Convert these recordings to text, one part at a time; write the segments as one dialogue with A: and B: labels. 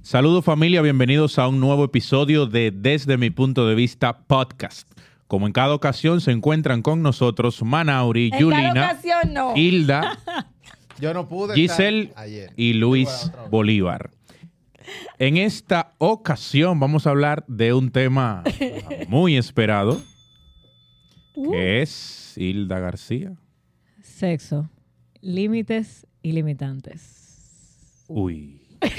A: Saludos familia, bienvenidos a un nuevo episodio de Desde mi punto de vista podcast. Como en cada ocasión se encuentran con nosotros Manauri,
B: En cada
A: Yulina,
B: ocasión no.
A: Hilda,
C: Yo no pude.
A: Giselle
C: estar ayer.
A: y
C: Bueno,
A: Luis
C: otra vez.
A: Bolívar. En esta ocasión vamos a hablar de un tema muy esperado,
B: Uh.
A: que es Hilda García.
D: Sexo. Límites y limitantes.
B: Uh.
A: Uy.
B: Ay,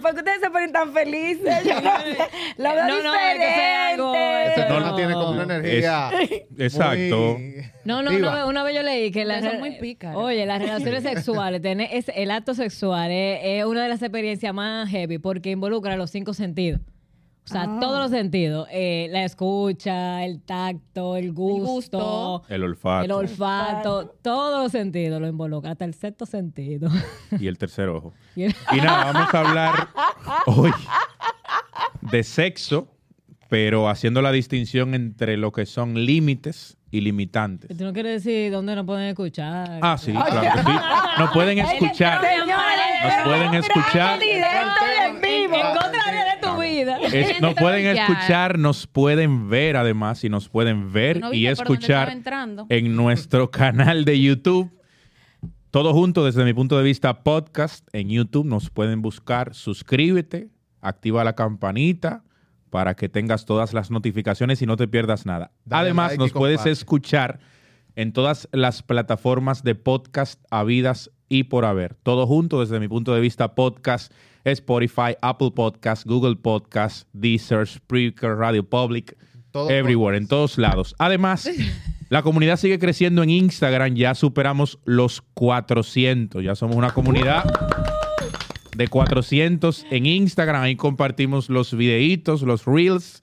B: ¿por qué ustedes se ponen tan felices? Yo no sé. Lo veo
D: No, no, hay que hacer algo,
B: diferente.
C: Ese
D: eh.
C: tema
D: No.
C: tiene como una energía.
A: Exacto.
C: muy
D: No, no,
C: activa.
D: una vez, una vez yo leí que las
B: Ustedes son
D: re-
B: muy pícaros.
D: Oye, las relaciones sexuales, tener es, el acto sexual es, es una de las experiencias más heavy porque involucra los cinco sentidos. O sea,
B: Ah.
D: todos los sentidos. Eh, la escucha, el tacto, el gusto,
B: gusto.
A: El olfato
D: el olfato, todos los sentidos lo involucra, hasta el sexto sentido.
A: y el tercer ojo.
D: Y el-
A: Y nada, vamos a hablar hoy de sexo, pero haciendo la distinción entre lo que son límites y limitantes.
D: Tú no quieres decir dónde no pueden escuchar.
A: Ah, sí, claro que sí. Nos pueden escuchar. Nos pueden escuchar.
B: Estoy en vivo.
D: En contra de tu vida.
A: Es- nos pueden escuchar, nos pueden ver además y nos pueden ver
E: No
A: y
E: viste por dónde estaba
A: escuchar
E: entrando.
A: en nuestro canal de YouTube. Todo junto desde mi punto de vista podcast en YouTube nos pueden buscar, suscríbete, activa la campanita para que tengas todas las notificaciones y no te pierdas nada.
C: Dale
A: Además
C: like y
A: nos puedes
C: comparte.
A: escuchar en todas las plataformas de podcast habidas y por haber. Todo junto desde mi punto de vista podcast, Spotify, Apple Podcast, Google Podcast, Deezer, Spreaker, Radio Public,
C: Todo
A: everywhere,
C: podcast.
A: en todos lados. Además, la comunidad sigue creciendo en Instagram. Ya superamos los 400. Ya somos una comunidad de 400 en Instagram. Ahí compartimos los videitos, los reels.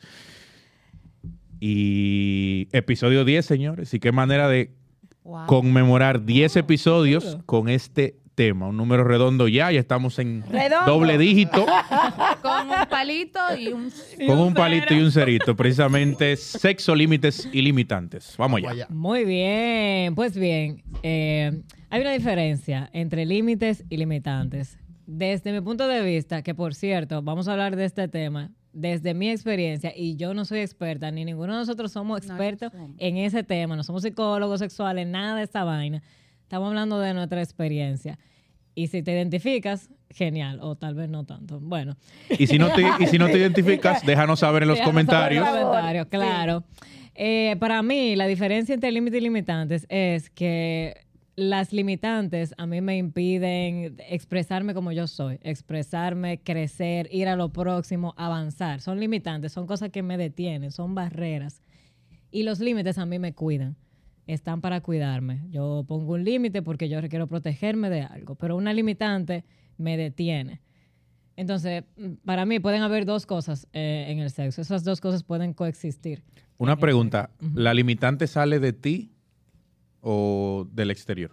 A: Y episodio 10, señores. Y qué manera de Ah.
E: Wow.
A: conmemorar 10 episodios con este tema. Un número redondo ya. Ya estamos en
B: Redondo.
A: doble dígito.
E: Con un palito y un...
A: Con un palito y un cerito, precisamente sexo, límites y limitantes. Vamos allá.
C: Vaya.
D: Muy bien, pues bien, eh, hay una diferencia entre límites y limitantes. Desde mi punto de vista, que por cierto, vamos a hablar de este tema, desde mi experiencia, y yo no soy experta, ni ninguno de nosotros somos
E: No, no
D: expertos
E: somos.
D: en ese tema, no somos psicólogos sexuales, nada de esta vaina. Estamos hablando de nuestra experiencia. Y si te identificas, genial, o tal vez no tanto. Bueno,
A: Y si no te, y si no te identificas, déjanos saber en los
D: Déjanos saber en
A: comentarios.
D: los
B: comentarios.
D: comentarios, claro. Eh, para mí, la diferencia entre límites y limitantes es que las limitantes a mí me impiden expresarme como yo soy, expresarme, crecer, ir a lo próximo, avanzar. Son limitantes, son cosas que me detienen, son barreras. Y los límites a mí me cuidan. Están para cuidarme. Yo pongo un límite porque yo quiero protegerme de algo, pero una limitante me detiene. Entonces, mm, para mí pueden haber dos cosas eh, en el sexo. Esas dos cosas pueden coexistir.
A: Una pregunta, ¿la limitante sale de ti o del exterior?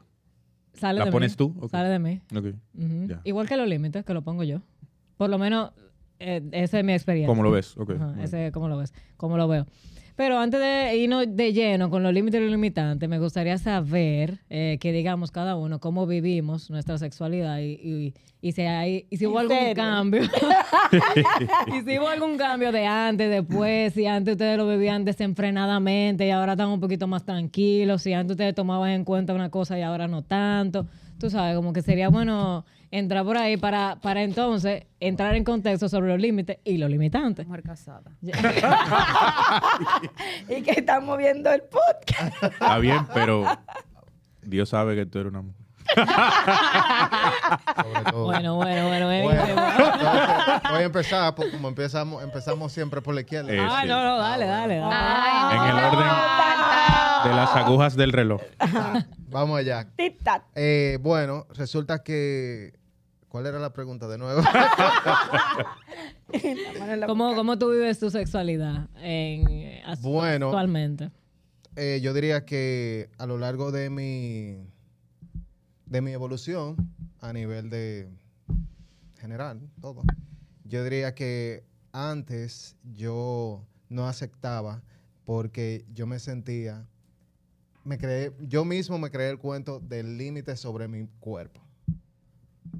D: Sale
A: ¿La
D: de
A: pones
D: mí,
A: tú? Ok.
D: Sale de mí.
A: Ok.
D: Ujú.
A: Ya.
D: Igual que los límites, que lo pongo yo. Por lo menos, eh, esa es mi experiencia.
A: ¿Cómo lo ves? Ok.
D: Ajá, ese es como lo ves, como lo veo. Pero antes de irnos de lleno con los límites y los limitantes, me gustaría saber eh, que digamos cada uno cómo vivimos nuestra sexualidad y, y- y si, hay, y si
B: ¿En
D: hubo algún
B: serio?
D: cambio. y si hubo algún cambio de antes, después, si antes ustedes lo vivían desenfrenadamente y ahora están un poquito más tranquilos, si antes ustedes tomaban en cuenta una cosa y ahora no tanto. Tú sabes, como que sería bueno entrar por ahí para, para entonces entrar en contexto sobre los límites y los limitantes.
E: Mujer casada.
B: Y que estamos viendo el podcast.
A: Está bien, pero Dios sabe que tú eres una mujer.
C: Sobre todo.
D: Bueno, bueno, bueno, bueno.
C: Bueno, entonces, voy a empezar por- como empezamos, empezamos siempre por la izquierda.
A: Eh,
D: Ah,
A: sí.
D: no, no, dale, dale. dale.
B: Ah.
D: Ah,
E: Ay,
A: En el
E: no.
A: orden de las agujas del reloj.
C: Vamos allá.
B: Tic tac.
C: Eh, bueno, resulta que. ¿Cuál era la pregunta de nuevo?
B: Mano en la
D: ¿Cómo,
B: boca.
D: ¿Cómo tú vives tu sexualidad en, as-
C: Bueno.
D: actualmente?
C: Eh, yo diría que a lo largo de mi de mi evolución a nivel de general todo yo diría que antes yo no aceptaba porque yo me sentía me creé yo mismo me creé el cuento del límite sobre mi cuerpo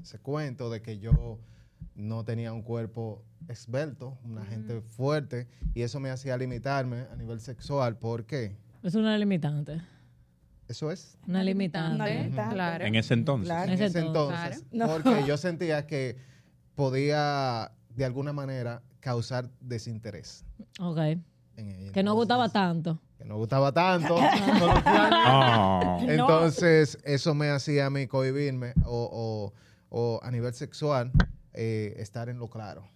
C: ese cuento de que yo no tenía un cuerpo esbelto, una gente fuerte, y eso me hacía limitarme a nivel sexual. ¿Por qué?
D: Es una limitante.
C: Eso es.
D: Una
B: Una
D: limitante.
B: limitante.
E: Claro.
A: En ese entonces.
B: Claro.
C: en
D: Ese
C: ese entonces.
B: claro. No.
C: Porque yo sentía que podía, de alguna manera, causar desinterés
D: Ok.
C: en ella.
D: Que no
C: Entonces,
D: gustaba tanto.
C: Que no gustaba tanto. coloquialmente.
A: Oh.
C: Entonces, eso me hacía a mí cohibirme o, o- o a nivel sexual eh, estar en lo claro.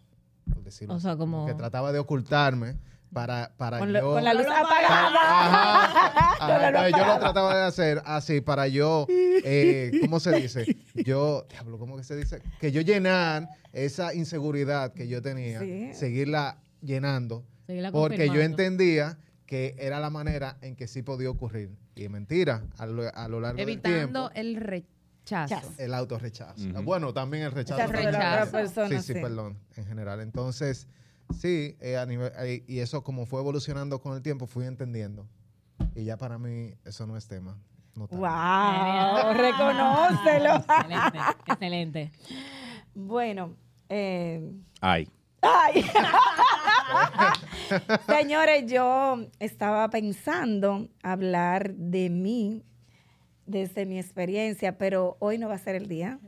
C: Por decirlo
D: O sea,
C: así.
D: como-
C: Que trataba de ocultarme para, para
B: Con, la-
C: yo...
B: con la luz
C: Pa-
B: apagada.
C: ajá,
B: Con la
C: ajá,
B: luz
C: entonces yo lo
B: apagada.
C: trataba de hacer así para yo, eh, ¿cómo se dice? Yo, diablo, ¿cómo que se dice? Que yo llenar esa inseguridad que yo tenía,
B: Sí.
C: seguirla llenando,
D: Seguirla
C: porque yo
D: confirmando.
C: entendía que era la manera en que sí podía ocurrir. Y mentira, a lo, a lo largo
E: Evitando
C: del tiempo,
E: el rechazo.
B: Chazo.
C: el autorrechazo.
A: Ujú.
C: Bueno, también el rechazo.
B: Rechazo
E: de la
C: general.
E: otra
B: persona,
C: sí, sí,
B: sí.
C: perdón, en general. Entonces, sí, eh, a nivel- eh, y eso como fue evolucionando con el tiempo, fui entendiendo. Y ya para mí eso no es tema. No tanto.
B: Wow,
D: Reconócelo.
B: Ah, oh, reconócelo.
D: Ah, Excelente, excelente.
B: Bueno, eh,
A: Ay.
B: Ay. Señores, yo estaba pensando hablar de mí desde mi experiencia, pero hoy no va a ser el día.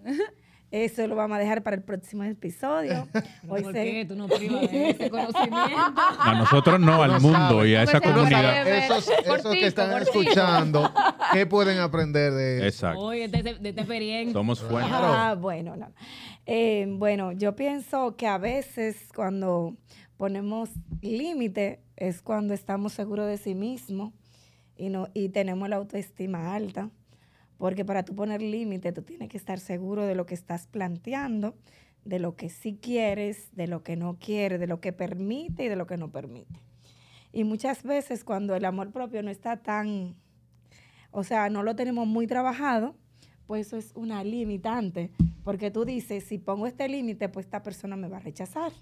B: Eso lo vamos a dejar para el próximo episodio. Hoy
D: ¿Por
B: se-
D: qué tú no privas de ese conocimiento?
A: A nosotros no, al
C: No
A: mundo
C: sabe.
A: y a esa
E: Pues,
C: Tú no
A: comunidad.
E: breve.
C: sabes, esos, esos
E: Cortico,
C: que están
E: cortico.
C: escuchando, ¿qué pueden aprender de eso?
A: Exacto.
D: Oye, de, de esta experiencia.
A: Somos fuertes.
C: Claro.
B: Ah, bueno, no. Eh, bueno, yo pienso que a veces cuando ponemos límite es cuando estamos seguros de sí mismo y, no, y tenemos la autoestima alta. Porque para tú poner límite, tú tienes que estar seguro de lo que estás planteando, de lo que sí quieres, de lo que no quieres, de lo que permite y de lo que no permite. Y muchas veces cuando el amor propio no está tan, o sea, no lo tenemos muy trabajado, pues eso es una limitante. Porque tú dices, si pongo este límite, pues esta persona me va a rechazar.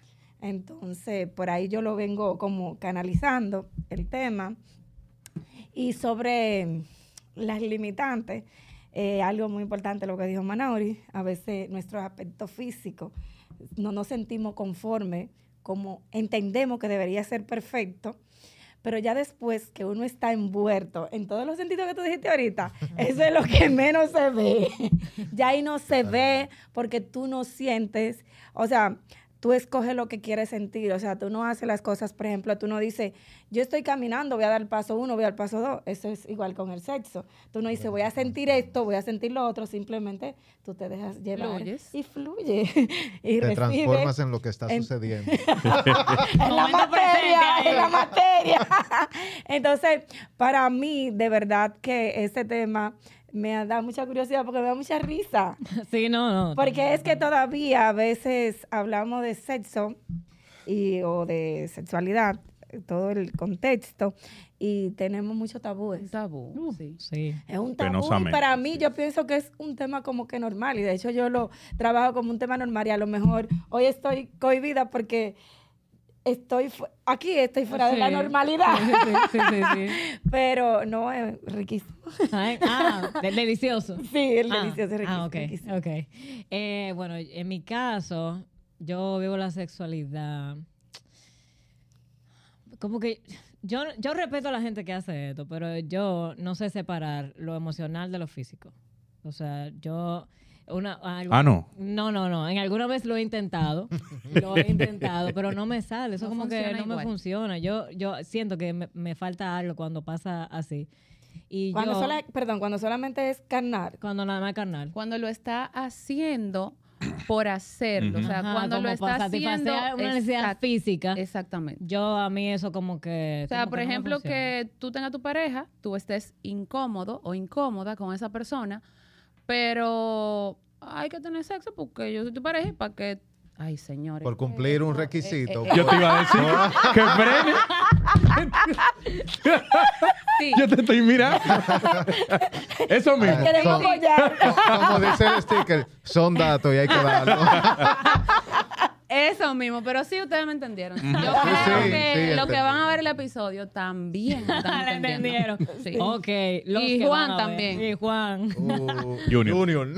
B: Entonces, por ahí yo lo vengo como canalizando el tema. Y sobre las limitantes, eh, algo muy importante lo que dijo Manauri, a veces nuestro aspecto físico no nos sentimos conforme, como entendemos que debería ser perfecto, pero ya después que uno está envuelto en todos los sentidos que tú dijiste ahorita, eso es lo que menos se ve. ya ahí no se ve porque tú no sientes, o sea, tú escoges lo que quieres sentir, o sea, tú no haces las cosas, por ejemplo, tú no dices, yo estoy caminando, voy a dar el paso uno, voy al paso dos, eso es igual con el sexo. Tú no dices, voy a sentir esto, voy a sentir lo otro, simplemente tú te dejas llevar
E: Fluyes.
B: y fluye y recibe
C: Te transformas en lo que está
B: en-
C: sucediendo.
B: en la materia, en la materia. Entonces, para mí, de verdad que este tema me ha dado mucha curiosidad porque me da mucha risa.
D: Sí, no, no.
B: Porque es que todavía a veces hablamos de sexo y, o de sexualidad, todo el contexto, y tenemos muchos
E: Un
B: tabúes.
E: tabú.
D: Uh,
E: sí.
D: Sí.
B: Es un tabú y
A: Penosamente,
B: para mí
A: sí.
B: yo pienso que es un tema como que normal y de hecho yo lo trabajo como un tema normal y a lo mejor hoy estoy cohibida porque estoy fu- aquí estoy fuera de la
D: Sí.
B: normalidad,
D: Sí, sí, sí, sí.
B: pero no es riquísimo.
D: Ay, ah, de- delicioso.
B: Sí, el
D: Ah,
B: delicioso es riquísimo.
D: Ah, ok,
B: riquísimo.
D: ok. Eh, bueno, en mi caso, yo vivo la sexualidad. Como que yo, yo respeto a la gente que hace esto, pero yo no sé separar lo emocional de lo físico. O sea, yo... Una, algo-
A: Ah, no.
D: No, no, no. En alguna vez lo he intentado. lo he intentado, pero no me sale. Eso
E: No
D: como que
E: funciona
D: no me
E: igual.
D: funciona. Yo, yo siento que me, me falta algo cuando pasa así. Y
B: Cuando
D: yo,
B: sola- perdón, cuando solamente es carnal.
D: cuando nada más es carnal.
E: Cuando lo está haciendo por hacerlo. O sea,
D: Ajá,
E: cuando lo
D: como
E: está
D: para
E: haciendo.
D: satisfacer una necesidad
E: exact-
D: física.
E: Exactamente.
D: Yo a mí eso como que...
E: O sea,
D: como
E: por
D: que no me
E: ejemplo,
D: funciona.
E: que tú tengas tu pareja, tú estés incómodo o incómoda con esa persona, pero hay que tener sexo porque yo soy tu pareja para que. Ay, señores.
C: Por cumplir un requisito.
E: Eh, eh,
A: Yo te iba a decir que frene.
E: Sí.
A: Yo te estoy mirando. Eso mismo.
B: Queremos
C: Son-
B: apoyar.
C: Como dice el sticker, son datos y hay que darlos.
E: Eso mismo, pero sí ustedes me entendieron. Yo creo
C: Sí,
E: que
C: sí,
E: lo que
C: entendí.
E: van a ver el episodio también lo están
D: La
E: entendiendo.
D: entendieron.
E: Sí.
D: Ok. los
E: Y
D: que van
E: Juan
D: a ver.
E: también.
D: Y Juan.
C: Uh,
A: Junior.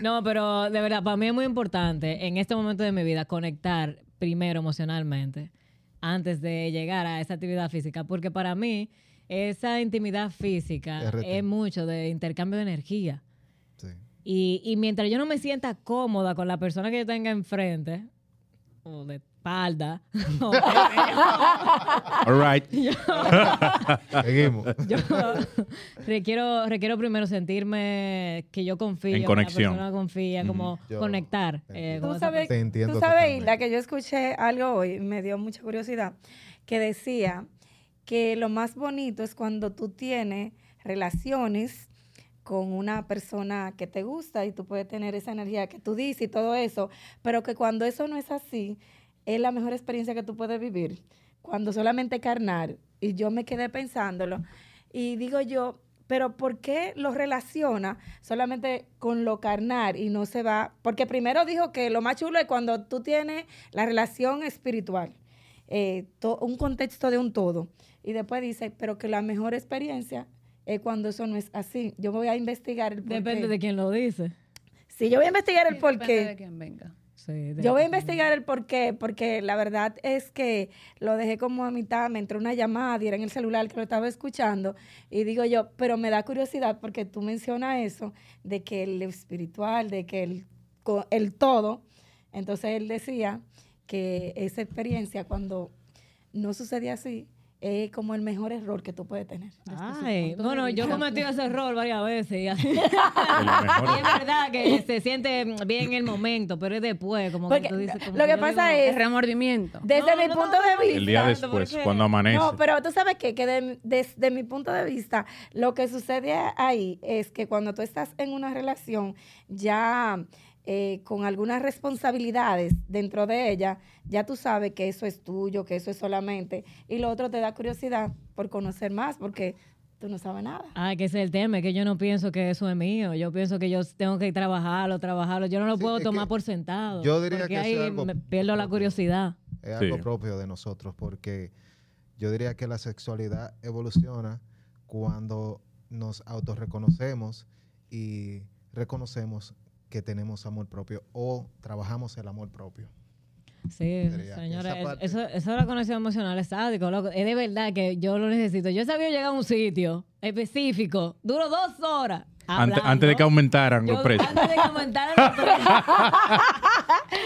D: No, pero de verdad, para mí es muy importante en este momento de mi vida conectar primero emocionalmente antes de llegar a esa actividad física, porque para mí esa intimidad física
C: RT.
D: es mucho de intercambio de energía.
C: Sí.
D: Y, y mientras yo no me sienta cómoda con la persona que yo tenga enfrente, o de espalda, o qué sé yo,
A: All right.
C: Seguimos.
D: yo requiero, requiero primero sentirme que yo confío,
A: En
D: que
A: conexión.
D: la persona confía, como
C: Yo-
D: conectar. eh, con
B: Tú
D: esa
B: sabes,
C: Te entiendo
B: tú sabes
C: totalmente.
B: la que yo escuché algo hoy, y me dio mucha curiosidad, que decía que lo más bonito es cuando tú tienes relaciones con una persona que te gusta y tú puedes tener esa energía que tú dices y todo eso, pero que cuando eso no es así, es la mejor experiencia que tú puedes vivir, cuando solamente carnar. Y yo me quedé pensándolo y digo yo, pero ¿por qué lo relaciona solamente con lo carnar y no se va? Porque primero dijo que lo más chulo es cuando tú tienes la relación espiritual, eh, to- un contexto de un todo. Y después dice, pero que la mejor experiencia es cuando eso no es así. Yo voy a investigar el porqué.
D: Depende de quién lo dice.
B: Sí, yo voy a investigar el porqué.
E: Depende de quién venga.
D: Sí, de- este
B: Yo voy a investigar el por qué, porque la verdad es que lo dejé como a mitad, me entró una llamada y era en el celular que lo estaba escuchando y digo yo, pero me da curiosidad porque tú mencionas eso, de que el espiritual, de que el, co- el todo, entonces él decía que esa experiencia cuando no sucede así es como el mejor error que tú puedes tener.
D: Ay, bueno, yo cometí ese error varias veces. Y, así-
A: El mejor.
D: y es verdad que se siente bien en el momento, pero es después, como
B: Porque
D: que tú dices. como
B: lo
D: que
B: que
D: yo
B: pasa
D: digo, "Ah,
B: es,
E: El remordimiento.
B: desde
D: No,
B: mi
D: no,
B: punto
D: no, no,
B: de vista...
A: El día después, cuando amanece.
B: No, pero tú sabes qué? que de- desde mi punto de vista, lo que sucede ahí es que cuando tú estás en una relación ya eh, con algunas responsabilidades dentro de ella, ya tú sabes que eso es tuyo, que eso es solamente. Y lo otro te da curiosidad por conocer más, porque tú no sabes nada.
D: Ah, que ese es el tema, es que yo no pienso que eso es mío. Yo pienso que yo tengo que trabajarlo, trabajarlo. Yo no lo
C: Sí,
D: puedo
C: es
D: tomar
C: que
D: por sentado.
C: yo diría
D: porque
C: que eso es
D: ahí
C: algo
D: me pierdo la
C: propio.
D: curiosidad.
C: Es algo
A: Sí.
C: propio de nosotros porque yo diría que la sexualidad evoluciona cuando nos autorreconocemos y reconocemos que tenemos amor propio o trabajamos el amor propio.
D: Sí,
C: Sería
D: señora,
C: esa
D: es-
C: parte.
D: eso, eso de la conexión emocional es sádico, loco. Es de verdad que yo lo necesito. Yo he sabido llegar a un sitio específico, duro dos horas.
A: Ante-
D: hablando.
A: antes de que aumentaran
D: Yo-
A: los precios.
D: Antes de que aumentaran los precios.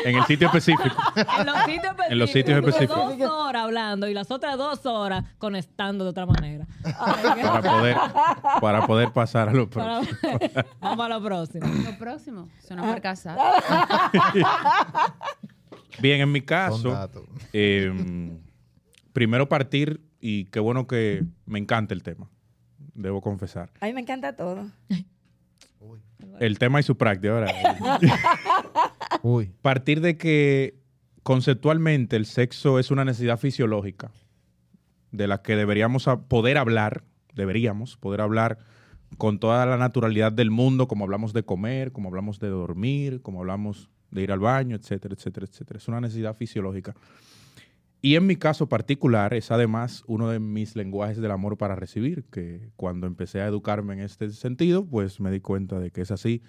A: En el sitio específico.
D: En los sitios específicos.
A: En los sitios
D: Estuve
A: específicos.
D: Dos horas hablando y las otras dos horas conectando de otra manera.
A: para poder, para poder pasar a los
D: Para-
A: próximos.
D: vamos a lo próximo.
E: Lo próximo, suena por casar.
A: Bien, en mi
C: Son
A: caso,
C: datos.
A: eh, primero partir y qué bueno que me encanta el tema, debo confesar.
B: A mí me encanta todo.
C: Uy.
A: El tema y su práctica, ahora.
C: Uy.
A: Partir de que conceptualmente el sexo es una necesidad fisiológica de la que deberíamos a- poder hablar, deberíamos poder hablar con toda la naturalidad del mundo, como hablamos de comer, como hablamos de dormir, como hablamos de ir al baño, etcétera, etcétera, etcétera. Es una necesidad fisiológica. Y en mi caso particular es además uno de mis lenguajes del amor para recibir, que cuando empecé a educarme en este sentido, pues me di cuenta de que es así.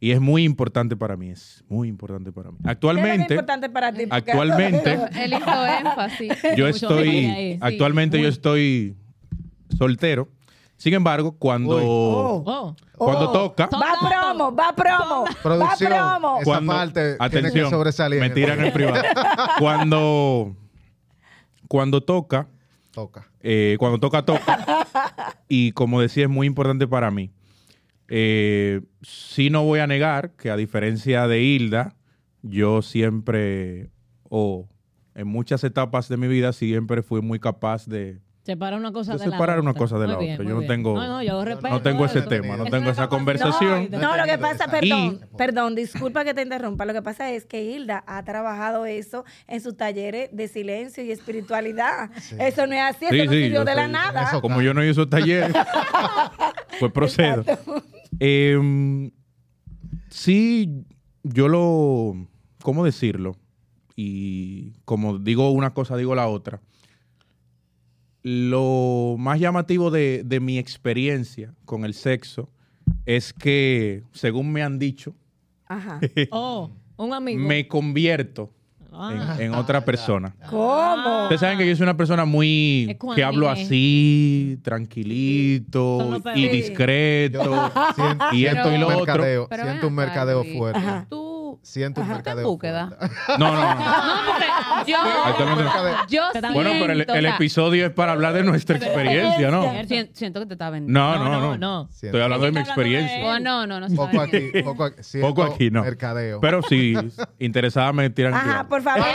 A: Y es muy importante para mí, es muy importante para mí.
B: ¿Qué es lo que es
A: Actualmente,
B: importante para ti? Porque-
A: actualmente,
E: Él hizo énfasis.
A: yo
D: Mucho
A: estoy,
D: detalle ahí.
A: actualmente
D: Sí,
A: yo
D: muy.
A: estoy soltero. Sin embargo, cuando,
C: Uy.
B: Oh.
D: Oh.
A: cuando
B: Oh.
A: toca,
B: Va promo, va promo, va
C: Producción.
B: promo.
C: Esa
A: cuando,
C: parte tiene
A: atención,
C: que sobresalir.
A: me tiran en privado. Cuando, cuando toca,
C: Toca.
A: eh, cuando toca, toca. y como decía, es muy importante para mí. Eh, sí no voy a negar que a diferencia de Hilda, yo siempre, o en muchas etapas de mi vida, siempre fui muy capaz de...
D: Separar una cosa
A: Yo
D: de la
A: separar
D: otra.
A: una cosa de la
D: Muy bien,
A: otra.
D: muy
A: Yo no
D: bien.
A: tengo-
D: No, no, yo respeto
A: No tengo ese
D: eso.
A: tema, no
D: Es
A: tengo
D: una
A: esa
D: conversación.
A: conversación.
B: No,
D: No,
B: lo que pasa,
C: Y-
B: perdón, perdón, disculpa que te interrumpa. Lo que pasa es que Hilda ha trabajado eso en sus talleres de silencio y espiritualidad. Eso no es así,
A: Sí,
B: eso no
A: sí,
B: sirvió
A: yo
B: de la
A: soy-
B: nada.
C: eso-
A: Como yo no hice taller, pues procedo.
B: Exacto.
A: Em, sí, yo lo ¿cómo decirlo? Y como digo una cosa, digo la otra. Lo más llamativo de, de mi experiencia con el sexo es que, según me han dicho,
B: Ajá.
D: Oh, un amigo.
A: me convierto en,
D: Ah.
A: en otra persona.
B: ¿Cómo?
A: Ustedes saben que yo soy una persona muy que
D: Ecuánime.
A: hablo así,
D: Son
A: tranquilito
D: los bebés.
A: y
C: Yo
A: discreto.
C: siento,
A: Y
E: esto
C: siento
E: y
A: lo
C: un
A: otro.
C: mercadeo,
E: Pero
C: siento
E: ven
C: un
E: acá,
C: mercadeo
E: Luis.
C: fuerte.
B: Ajá.
E: Tú
C: Siento un
E: ¿Tú estás en
C: mercadeo
E: búsqueda?
C: fuerte.
A: No, no, no.
E: No, porque yo,
A: Esto no se-
C: Mercadeo.
E: yo
D: Te
E: siento,
D: dan-
A: Bueno, pero el,
E: o
A: el
E: sea,
A: episodio es para hablar de nuestra experiencia, ¿no?
D: Experiencia.
E: sien- siento que te está vendiendo.
A: No, no, no.
D: no.
C: Siento-
A: Estoy hablando de mi
D: Está hablando de
A: experiencia.
E: Oh, no, no, no. se
C: Poco
E: está vendiendo.
C: aquí, poco aquí. siento
A: Poco aquí, no.
C: Mercadeo.
A: Pero sí, interesada me tiran.
B: Ajá,
A: tierra.
B: por favor.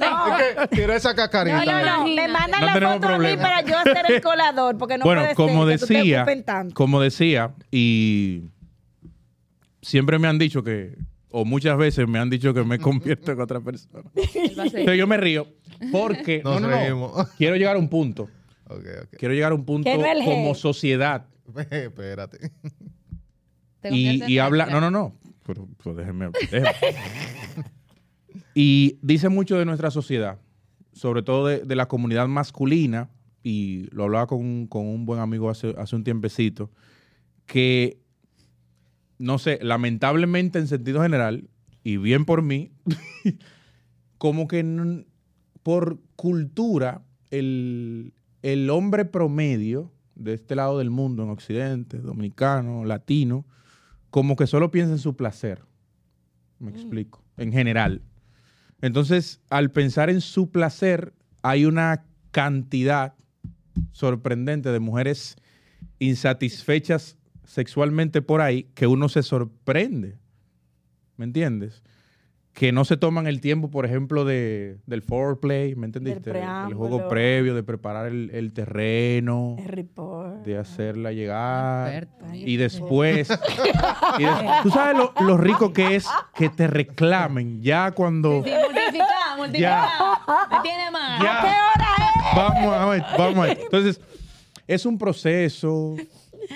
B: No.
C: Es que tiró esa cacarita.
B: No, no, no. Me
E: Imagínate.
B: mandan
A: No
B: la
A: tenemos
B: foto a mí
A: problema.
B: para yo hacer el colador, porque no
A: bueno,
B: puede
A: como
B: ser que tú te
A: decía,
B: ocupen tanto.
A: como decía, y siempre me han dicho que, o muchas veces me han dicho que me convierto en otra persona.
E: Él va a ser-
A: Entonces yo me río porque
C: Nos
A: no, no, no.
C: reímos.
A: quiero llegar a un punto.
C: Ok, ok.
A: Quiero llegar a un punto
B: Que no el
A: como
B: gen.
A: sociedad
C: Espérate.
A: y,
E: te conviertes
A: y
E: en
A: habla. No,
E: lesbiana.
A: no, no. Pero, pero déjenme- déjenme. y dice mucho de nuestra sociedad, sobre todo de, de la comunidad masculina, y lo hablaba con, un- con un buen amigo hace, hace un tiempecito, que, no sé, lamentablemente en sentido general, y bien por mí, como que n- por cultura, el, el hombre promedio de este lado del mundo, en Occidente, dominicano, latino, como que solo piensa en su placer. Me explico, en general. Entonces, al pensar en su placer, hay una cantidad sorprendente de mujeres insatisfechas sexualmente por ahí que uno se sorprende. ¿Me entiendes? Que no se toman el tiempo, por ejemplo, de, del foreplay, ¿me entendiste? Del juego
B: preámbulo.
A: previo, de preparar el, el terreno,
B: El report.
A: de hacerla llegar.
E: Alberto.
A: Y después, y des- tú sabes lo, lo rico que es que te reclamen ya cuando
D: Sí, multiplica, multiplica. Me tiene mal.
A: Ya.
B: ¿A qué hora es?
A: vamos a ver, vamos a ver. Entonces, es un proceso,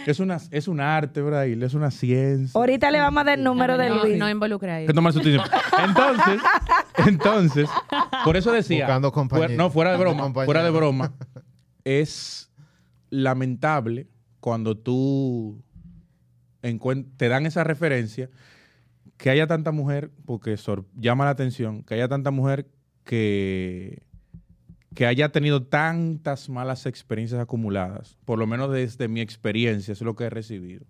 A: es una, es un arte, ¿verdad? Y es una ciencia.
B: Ahorita le vamos a dar el número de
E: No,
B: Luis.
E: no involucre ahí.
A: Hay que tomar su tiempo. Entonces, entonces, por eso decía,
C: Buscando compañía.
A: fuera- no fuera de
C: Buscando
A: broma,
C: compañía.
A: fuera de broma, es lamentable cuando tú encuent- te dan esa referencia que haya tanta mujer porque sor- llama la atención, que haya tanta mujer que que haya tenido tantas malas experiencias acumuladas, por lo menos desde mi experiencia, eso es lo que he recibido.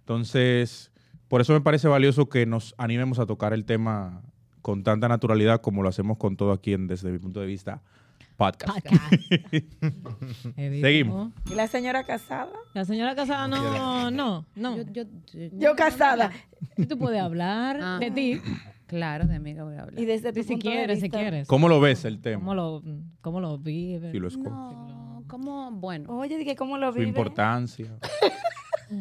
A: Entonces, por eso me parece valioso que nos animemos a tocar el tema con tanta naturalidad como lo hacemos con todo aquí en, desde mi punto de vista podcast.
D: Evita.
A: Seguimos.
B: ¿Y la señora casada?
D: La señora casada no, no, no.
E: Yo, yo- yo-
B: Yo casada.
D: Sí, Tú puedes hablar
E: Ah.
D: de ti,
E: Claro, de mí que voy a hablar.
B: Y desde tu
D: si
B: punto de
D: quieres, si
B: vista-
D: quieres.
A: ¿Cómo lo ves el
D: ¿Cómo
A: tema?
D: lo, cómo lo vives?
A: Si lo escoges.
E: No, como, bueno,
B: Oye, dije, ¿cómo lo
A: Su
B: vive?
A: importancia.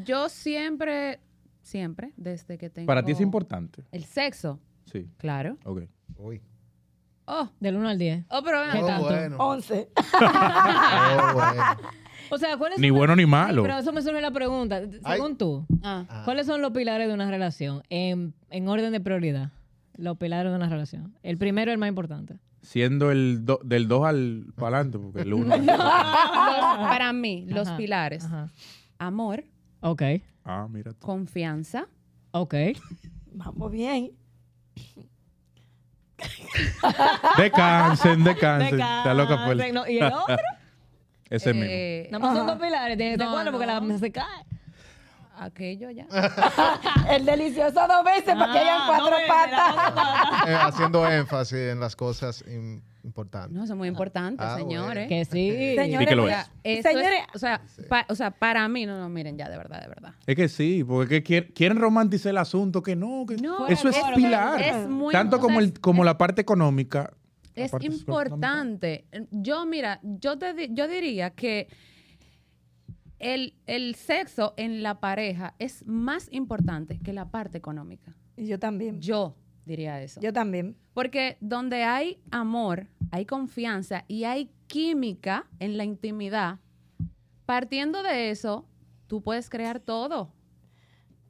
E: yo siempre, siempre, desde que tengo...
A: Para ti es importante.
E: El sexo,
A: Sí.
E: claro.
A: Ok.
C: Uy.
E: Oh,
D: Del 1 al 10.
E: oh pero ven
D: ¿Qué
E: acá.
C: Oh,
D: tanto?
C: bueno. Oh,
B: 11.
C: bueno.
D: O sea, ¿cuáles
A: Ni
D: son-
A: bueno ni malo.
D: Sí, pero eso me surge la pregunta.
C: Ay.
D: Según tú,
E: Ah.
C: Ah.
D: ¿cuáles son los pilares de una relación en, en orden de prioridad? Los pilares de una relación. El primero es el más importante.
A: Siendo el do- del 2 al para adelante, porque el 1.
E: Los- para mí, los
D: Ajá,
E: pilares.
D: Ajá.
E: Amor,
D: Ok,
A: Ah, mira tú.
E: confianza.
D: ok.
B: Vamos bien.
A: Descansen, descansen. Está loca por
D: No, ¿Y el otro?
A: Ese mismo.
E: eh,
D: Nada más son dos pilares. ¿Te, te
E: No,
D: acuerdas? Porque la
E: no.
D: se cae.
E: aquello ya.
B: El delicioso dos veces para que hayan
D: Ah,
B: cuatro
D: no me-
B: patas.
C: Eh, haciendo énfasis en las cosas im- importantes.
E: No, eso es muy importante,
C: Ah,
E: señores.
D: Que sí.
A: Sí que lo
E: O
A: es.
E: sea, eso es-
B: Señores,
E: o, sea, pa- o sea, para mí, no, no, miren, ya, de verdad, de verdad.
A: Es que sí, porque que quier- quieren romantizar el asunto, que no, que
E: No,
A: eso es
E: es que
A: pilar.
E: es muy-
A: Tanto
E: o
A: como,
E: sea,
A: el, como la parte económica. la
E: Es
A: parte
E: importante. Yo, mira, yo, te di- yo diría que el, el sexo en la pareja es más importante que la parte económica.
B: Y yo también.
E: Yo diría eso.
B: Yo también.
E: Porque donde hay amor, hay confianza y hay química en la intimidad, partiendo de eso, tú puedes crear todo.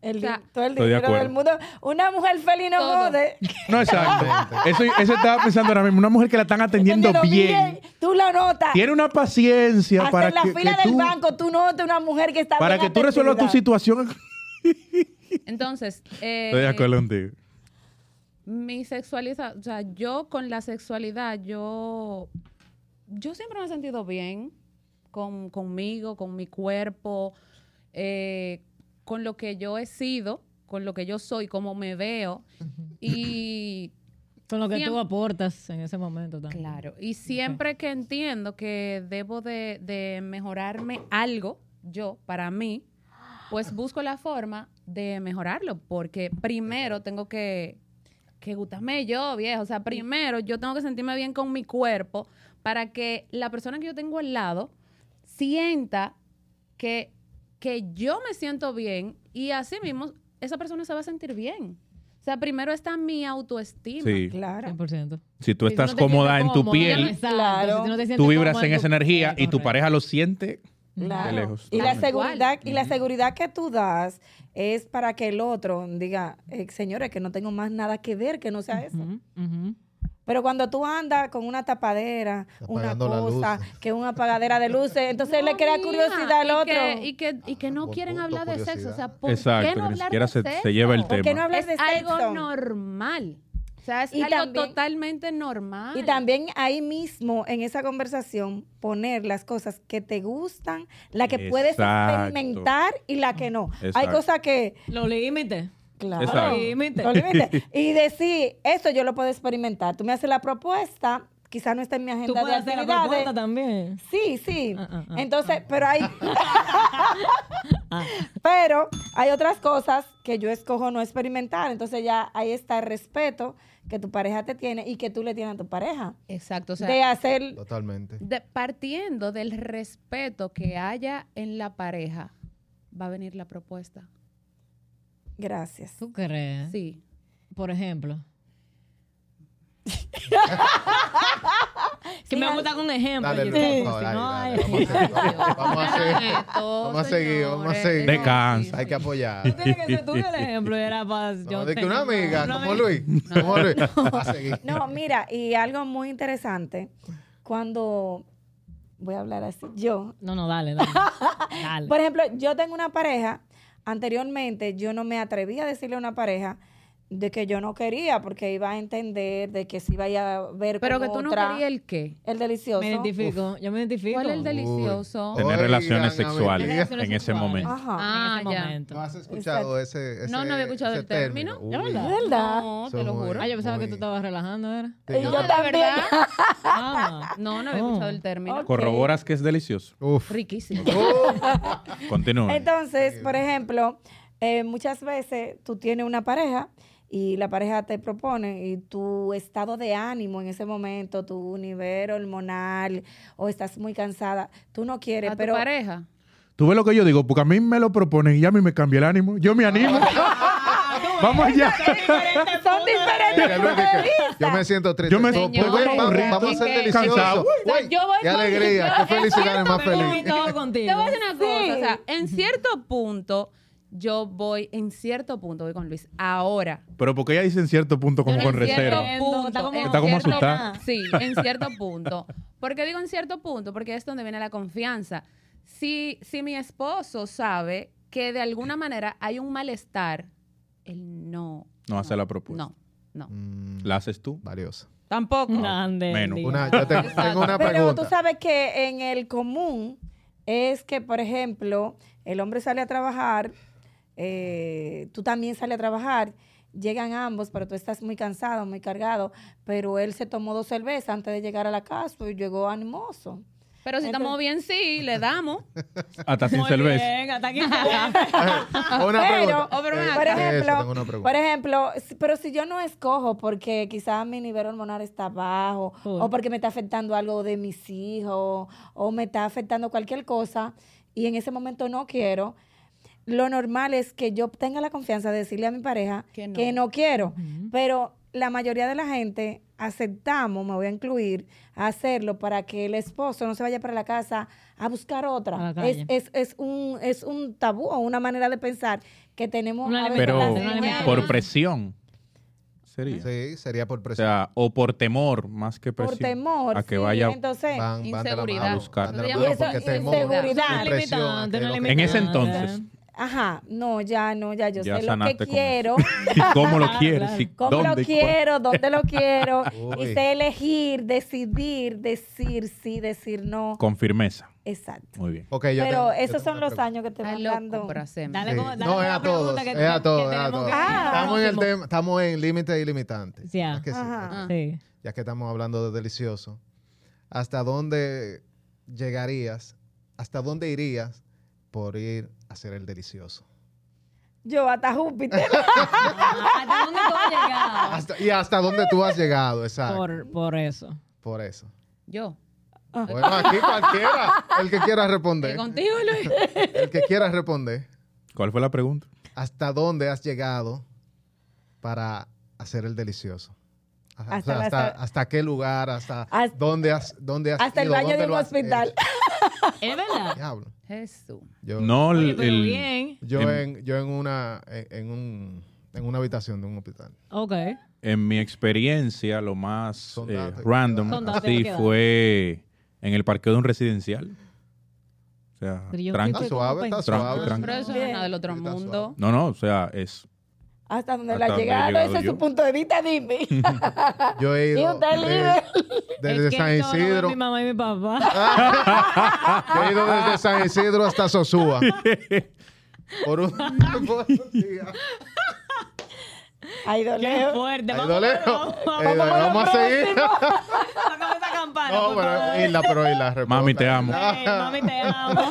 B: El
E: O sea,
B: di- todo el
A: Estoy de
B: dinero del
A: acuerdo.
B: mundo. Una mujer feliz no
E: Todo.
B: jode.
A: No, exacto. Eso, eso estaba pensando ahora mismo. Una mujer que la están atendiendo
B: Cuando lo
A: bien.
B: miren, Tú la notas.
A: Tiene una paciencia
B: Hasta
A: para
B: en la
A: que,
B: fila
A: que
B: del
A: tú,
B: banco tú notas una mujer que está
A: para
B: bien
A: que tú resuelvas tu
B: atendida.
A: situación.
E: Entonces, eh,
A: Estoy de acuerdo contigo.
E: mi sexualidad, o sea, yo con la sexualidad, yo, yo siempre me he sentido bien con, conmigo, con mi cuerpo, eh, con lo que yo he sido, con lo que yo soy, cómo me veo. Y
D: Con lo que tú
E: Siempre.
D: aportas en ese momento también.
E: Claro, y siempre que entiendo que debo de, de mejorarme algo, yo, para mí, pues busco la forma de mejorarlo, porque primero tengo que, que gustarme yo, viejo, o sea, primero yo tengo que sentirme bien con mi cuerpo para que la persona que yo tengo al lado sienta que, que yo me siento bien y así mismo esa persona se va a sentir bien. O sea, primero está mi autoestima.
A: Sí.
B: Claro.
D: 100%.
A: Si tú
D: Si
A: estás
D: no te
A: cómoda
D: sientes
A: en tu
D: cómodo, ya no-
A: piel,
D: Exacto,
B: Claro.
D: si tú no te sientes
A: tú vibras
D: cómodo
A: en esa
D: tu-
A: energía y tu
D: Correcto.
A: pareja lo siente.
B: Claro.
A: lejos.
B: Y la
E: Tal cual.
B: seguridad y la seguridad que tú das es para que el otro diga, eh, señores, que no tengo más nada que ver que no sea eso.
D: Ujú, ujú.
B: Pero cuando tú andas con una tapadera, una
C: Apagando la
B: cosa,
C: luz.
B: que una apagadera de luces, entonces
E: No,
B: le crea
E: mija,
B: curiosidad al
E: y
B: otro.
E: que- Y que, y que no
C: Buen
E: quieren
C: punto,
E: hablar de sexo. O sea,
C: curiosidad.
E: ¿por
A: Exacto,
E: qué no
A: que ni
E: hablar
A: siquiera
E: de
A: se-
E: sexo?
A: se lleva el
B: ¿Por qué no
A: tema.
B: hablas
E: es
B: de sexo?
E: algo normal. O sea, es
B: Y
E: algo
B: también-
E: totalmente normal.
B: Y también ahí mismo, en esa conversación, poner las cosas que te gustan, la que puedes
A: Exacto.
B: experimentar y la que no. Hay
A: Exacto.
B: cosas que...
D: Los límites.
B: Claro.
A: Exacto.
D: Los límites.
B: Los límites. Y decir, eso yo lo puedo experimentar. Tú me haces la propuesta, quizás no está en mi
D: Tú
B: agenda de
D: puedes hacer la
B: actividades.
D: propuesta también.
B: Sí, sí.
D: Ah, ah, ah,
B: Entonces, pero hay,
D: Ah,
B: pero hay otras cosas que yo escojo no experimentar. Entonces ya ahí está el respeto que tu pareja te tiene y que tú le tienes a tu pareja.
E: Exacto. O sea,
B: de hacer
C: Totalmente.
E: de- partiendo del respeto que haya en la pareja, va a venir la propuesta.
B: gracias.
D: ¿Tú
C: ¿Eh?
D: crees?
E: Sí.
D: Por ejemplo. que
B: Sí,
D: me
B: al-
D: gusta con ejemplo.
C: Dale,
D: yo
C: Luis,
D: digo,
C: por
D: si
C: favor,
D: no
C: dale,
D: hay-
C: dale, Vamos a seguir. Vamos a seguir, vamos a seguir.
A: Descansa.
C: Hay que apoyar.
D: Tú tienes que ser tú el ejemplo. Era para.
C: No, de que una amiga, como Luis. Como Luis. Va a seguir.
B: No, mira, y algo muy interesante, cuando voy a hablar así, yo,
D: No, no, dale, dale. Dale.
B: por ejemplo, yo tengo una pareja, anteriormente yo no me atrevía a decirle a una pareja de que yo no quería, porque iba a entender, de que se iba a ver
E: Pero que
B: con
E: tú no
B: otra.
E: querías el qué.
B: el delicioso.
D: me identifico. Yo me identifico.
E: ¿Cuál es el
C: Uy.
E: delicioso?
A: Tener
C: Oigan,
A: relaciones
C: amiga.
A: sexuales
D: Relaciones
A: en ese
D: sexuales.
A: momento.
B: Ajá.
E: Ah,
D: en ese
E: ya.
C: ¿No
D: momento.
C: has escuchado ese, ese
E: No, no había escuchado
C: ese
E: el término.
C: Uy.
D: verdad?
B: ¿Verdad?
E: No, te
C: Son
E: lo
C: muy-
E: juro.
D: Ah, yo pensaba que
C: Muy-
D: tú estabas relajando, ¿era?
C: Sí,
B: Y
C: yo-
B: yo
E: de
B: también.
E: verdad.
D: Ah,
E: No, no había
D: Oh.
E: escuchado el término.
B: Ok.
A: Corroboras que es delicioso.
C: Uf.
E: Riquísimo.
A: Continúa.
B: Entonces, por ejemplo, eh, muchas veces tú tienes una pareja y la pareja te propone y tu estado de ánimo en ese momento, tu nivel hormonal o estás muy cansada, tú no quieres,
E: A tu
B: pero
E: pareja.
A: Tú ves lo que yo digo, porque a mí me lo proponen y a mí me cambia el ánimo. Yo me animo. Vamos allá.
B: son
C: Mira,
B: diferentes.
C: Luis, de que yo me siento triste.
A: Yo me-
C: Pues,
E: Señor,
C: ven, vamos,
E: señor,
C: vamos a
E: es
C: ser
E: que-
C: deliciosos.
A: Cansado.
E: O sea, yo voy
C: Qué
E: con-
C: alegría,
E: yo-
C: qué
E: en
C: felicidades más
E: cierto
C: feliz.
E: punto-
D: Todo contigo.
E: Te voy a decir una cosa,
B: Sí.
E: o sea, en cierto punto, yo voy, en cierto punto voy con Luis. Ahora.
A: Pero porque ella dice en cierto punto como
E: Yo
A: con
E: en cierto
A: recelo.
D: recelo. Está
E: punto,
D: como-
E: en
A: Está como
E: cierto-
A: asustada.
E: Sí, en cierto punto. ¿Por qué digo en cierto punto? Porque es donde viene la confianza. Si, si mi esposo sabe que de alguna manera hay un malestar, él no.
A: No hace la propuesta.
E: No, no.
C: Mm,
A: ¿La haces tú?
C: Valioso.
E: Tampoco.
D: Grande,
A: Menos.
D: Andy.
C: Una, yo te- tengo una
B: Pero tú
C: pregunta.
B: sabes que en el común es que, por ejemplo, el hombre sale a trabajar, eh, tú también sales a trabajar, llegan ambos, pero tú estás muy cansado, muy cargado, pero él se tomó dos cervezas antes de llegar a la casa y llegó animoso.
E: Pero si estamos bien, sí, le damos.
A: Hasta sin
D: Muy
A: cerveza.
D: bien, hasta aquí está.
C: una
B: pero,
C: pregunta.
E: oh, pero
C: Eh,
E: ven
B: por
E: acá.
C: eso,
B: ejemplo,
C: tengo una pregunta.
B: por ejemplo, si- pero si yo no escojo porque quizás mi nivel hormonal está bajo
D: Por.
B: o porque me está afectando algo de mis hijos o me está afectando cualquier cosa y en ese momento no quiero, lo normal es que yo tenga la confianza de decirle a mi pareja
E: Que
B: que
E: no.
B: no, quiero, pero la mayoría de la gente aceptamos, me voy a incluir, a hacerlo para que el esposo no se vaya para la casa a buscar
D: A
B: otra.
D: la
B: Es,
D: calle.
B: es, es, un, es un tabú o una manera de pensar que tenemos
D: Una
B: a veces
A: Pero
B: las
D: Una
B: mujeres.
A: por presión. Sería.
C: Sí, sería por
A: O
C: presión.
A: sea, o por temor, más que
B: por
A: presión.
B: temor.
A: a que
B: sí.
A: vaya.
B: Entonces,
C: van, van de la
E: Inseguridad.
C: mano.
A: A buscar.
C: van de la
E: Y
C: mano
E: eso,
C: porque temor
B: inseguridad.
C: y presión a que lo que-
A: En ese entonces.
B: ajá, no, ya, no, ya, yo
A: Ya
B: sé lo que
A: sanaste con eso.
B: quiero.
A: ¿Cómo lo quieres?
D: Claro.
A: ¿Y
B: ¿Cómo lo
A: dónde y cuándo?
B: quiero? ¿Dónde lo quiero?
C: Uy.
B: y sé elegir, decidir, decir sí, decir no.
A: Con firmeza.
B: Exacto.
A: Muy bien.
C: Ok, yo
B: Pero
C: tengo- yo
B: esos
C: tengo
B: son
C: una
B: los
C: pregunta.
B: años que te
E: Está
B: van
E: loco,
B: dando.
E: pero hacemos.
D: Dale
C: Sí.
D: con- dale
C: No,
D: con
C: es
D: la
C: a todos,
D: pregunta que
C: es
D: te-
C: a todos,
D: que
C: es a
D: tenemos
C: todos.
D: que-
B: Ah.
C: Estamos en el
D: Próximo.
C: tema, estamos en límite ilimitante.
D: Ya.
C: Es que sí,
B: Ajá.
C: es que-
D: Sí.
C: Ya que estamos hablando de delicioso, ¿hasta dónde llegarías? ¿Hasta dónde irías por ir a hacer el delicioso?
B: Yo hasta Júpiter.
D: ¿Hasta dónde tú has llegado?
C: Hasta- y hasta dónde tú has llegado, exacto. Por,
D: Por, por eso.
C: eso.
E: Yo.
B: Ah.
C: Bueno, aquí cualquiera, el que quiera responder.
E: ¿Y contigo, Luis?
C: El que quiera responder.
A: ¿Cuál fue la pregunta?
C: ¿Hasta dónde has llegado para hacer el delicioso? Ajá, o sea,
B: Hasta
C: Hasta,
B: la-
C: hasta, qué lugar, hasta,
B: Hasta-
C: dónde has, dónde has
B: Hasta el
C: ido,
B: baño
C: dónde
B: de un
C: lo has
B: hospital.
C: hecho.
D: Es verdad.
C: Diablo.
E: Jesús.
C: Yo,
A: No,
D: Oye,
A: el-
D: pero
A: el-
D: bien.
C: yo
A: en-
C: en, yo en una en, en un, en una habitación de un hospital.
D: Ok.
A: en mi experiencia, lo más
C: Son
A: eh,
C: datos que
A: random
D: quedan. Son datos
A: así
D: que quedan.
A: fue en el parqueo de un residencial. O sea,
D: Pero yo
A: tranqui.
D: creo
C: Está
D: que-
C: suave, está
A: Tranqui,
C: suave.
A: tranqui.
E: Pero eso no
B: Bien.
E: es nada del otro
C: Está
E: mundo.
A: No, no, o sea, es
B: Hasta donde
A: Hasta
B: la
A: donde he
B: llegada,
A: llegado
B: ese es
A: yo.
B: su punto de vista, dime.
C: Yo he
B: Y
C: ido
B: usted
C: de-
B: libre.
C: desde
D: Es que
C: San
D: yo no veo a
C: Isidro, Ah,
D: Mi mamá y mi papá.
C: yo he ido desde San Isidro hasta Sosúa. Por un por un día.
B: Ay,
D: Qué
B: doleo.
D: fuerte.
C: ¿eh? Ahí
D: Vamos,
C: doleo.
D: vamos,
C: Eh,
D: vamos,
B: Vamos a lo
C: vamos a seguir.
D: sácame esa campana.
C: No,
D: por favor.
C: pero y la pero y la reporta.
A: Mami, te amo.
D: Ey, mami, te amo.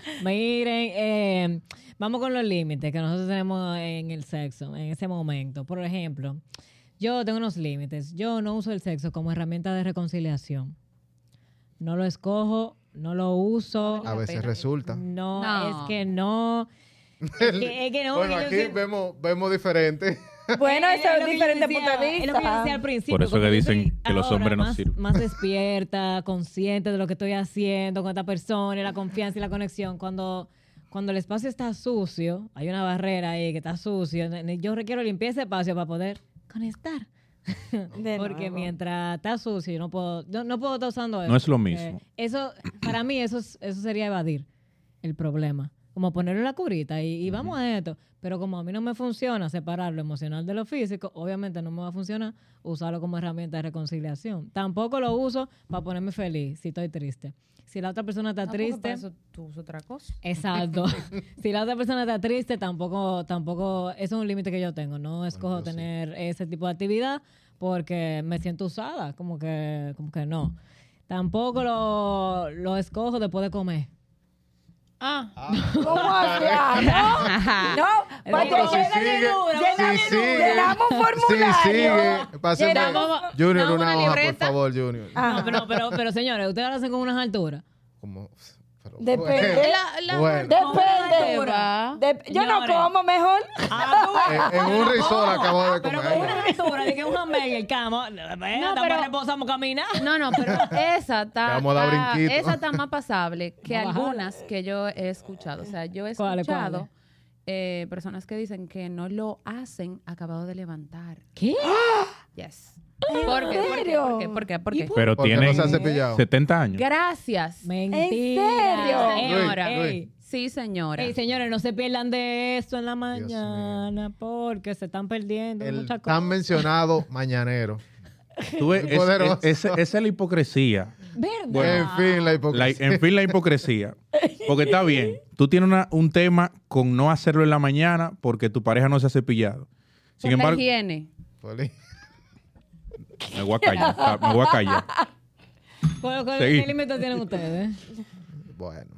D: Miren, eh, vamos con los límites que nosotros tenemos en el sexo, en ese momento. Por ejemplo, yo tengo unos límites. Yo no uso el sexo como herramienta de reconciliación. No lo escojo, no lo uso.
C: A veces resulta.
D: No,
E: No.
D: es que no. Es que, es que no.
C: bueno,
D: que yo
C: aquí
D: siento-
C: vemos, vemos diferente.
B: Bueno, eso
D: lo
B: es
D: que yo
B: diferente
D: decía,
B: punto de
D: Es lo que yo decía
B: vista.
D: al principio.
A: Por eso
D: como
A: que
D: yo
A: dicen
D: estoy
A: que los
D: ahora
A: hombres no
D: más-
A: sirven.
D: Más despierta, consciente de lo que estoy haciendo con esta persona y la confianza y la conexión. Cuando, cuando el espacio está sucio, hay una barrera ahí que está sucio. ne- ne- Yo requiero limpiar ese espacio para poder conectar.
B: De
D: Porque
B: nuevo.
D: mientras está sucio, yo no puedo, yo no puedo estar usando eso.
A: No es lo
D: porque
A: mismo.
D: Eso, para mí, eso, es- eso sería evadir el problema. Como ponerle la curita y, y vamos a esto. Pero como a mí no me funciona separar lo emocional de lo físico, obviamente no me va a funcionar usarlo como herramienta de reconciliación. Tampoco lo uso para ponerme feliz si estoy triste. Si la otra persona está
E: No, porque para
D: triste.
E: Eso tú usas otra cosa.
D: Exacto. si la otra persona está triste, tampoco, tampoco, eso es un límite que yo tengo. No escojo
C: yo sí.
D: tener ese tipo de actividad porque me siento usada, como que, como que no. Tampoco lo, lo escojo después de comer.
E: Ah.
B: ¿Cómo hacía? No, no,
D: No,
B: porque
D: pero si
B: llena de
C: sigue,
B: llenura,
C: si
B: llena de
C: sigue.
B: llenura, llenamos un formulario.
C: Sí, sigue. Páseme,
B: Llenamos-
C: Junior,
E: damos
C: una
E: una
C: hoja, por
E: libreta.
C: favor, Junior.
B: Ajá.
D: No, pero, pero, pero señores, ustedes lo hacen con unas alturas.
C: Como, pues, pero
B: Depende.
C: bueno.
E: La, la
C: Bueno.
B: Depende.
E: Ahora.
B: Dep- yo no
D: Señores.
B: como mejor.
D: Ah,
C: En- en un risol acabo de
D: Pero
C: comer.
D: con unas alturas, de que un hamburger, camo, no,
E: pero-
D: pero reposamos caminar.
E: No, no, pero esa está,
C: Vamos a dar
E: está-
C: brinquito.
E: esa está más pasable que
D: Vamos a bajar.
E: algunas que yo he escuchado. O sea, yo he
D: ¿Cuáles,
E: escuchado
D: cuáles?
E: eh, personas que dicen que no lo hacen acabado de levantar.
D: ¿Qué?
E: Yes.
B: ¿En
E: ¿Por qué? ¿Por qué?
B: serio?
E: ¿Por qué? ¿Por qué? ¿Por qué?
A: Pero
C: Porque
A: tienen
C: no se ha cepillado.
A: 70 años.
E: Gracias.
D: Mentira. eh,
B: serio?
D: Ey,
E: Luis,
D: ey.
C: Luis.
E: Sí, señora.
D: Ey, señores, no se pierdan de esto en la
C: Dios mío.
D: mañana porque se están perdiendo
C: El
D: muchas
C: tan
D: cosas.
C: mencionado mañanero.
A: Tú ves,
C: Muy
A: es-
C: poderoso.
A: es- esa- esa es la hipocresía.
D: ¿Verdad?
C: en fin, la
A: La-
C: hipocresía.
A: en fin, la hipocresía. Porque está bien, tú tienes una- un tema con no hacerlo en la mañana porque tu pareja no se ha cepillado. Sin
E: Por la
A: embargo,
E: higiene.
C: Poli.
A: me voy a callar, está- me voy a callar.
D: ¿Cuál- cuál-
A: Seguí.
D: ¿Qué límites tienen ustedes?
C: Bueno,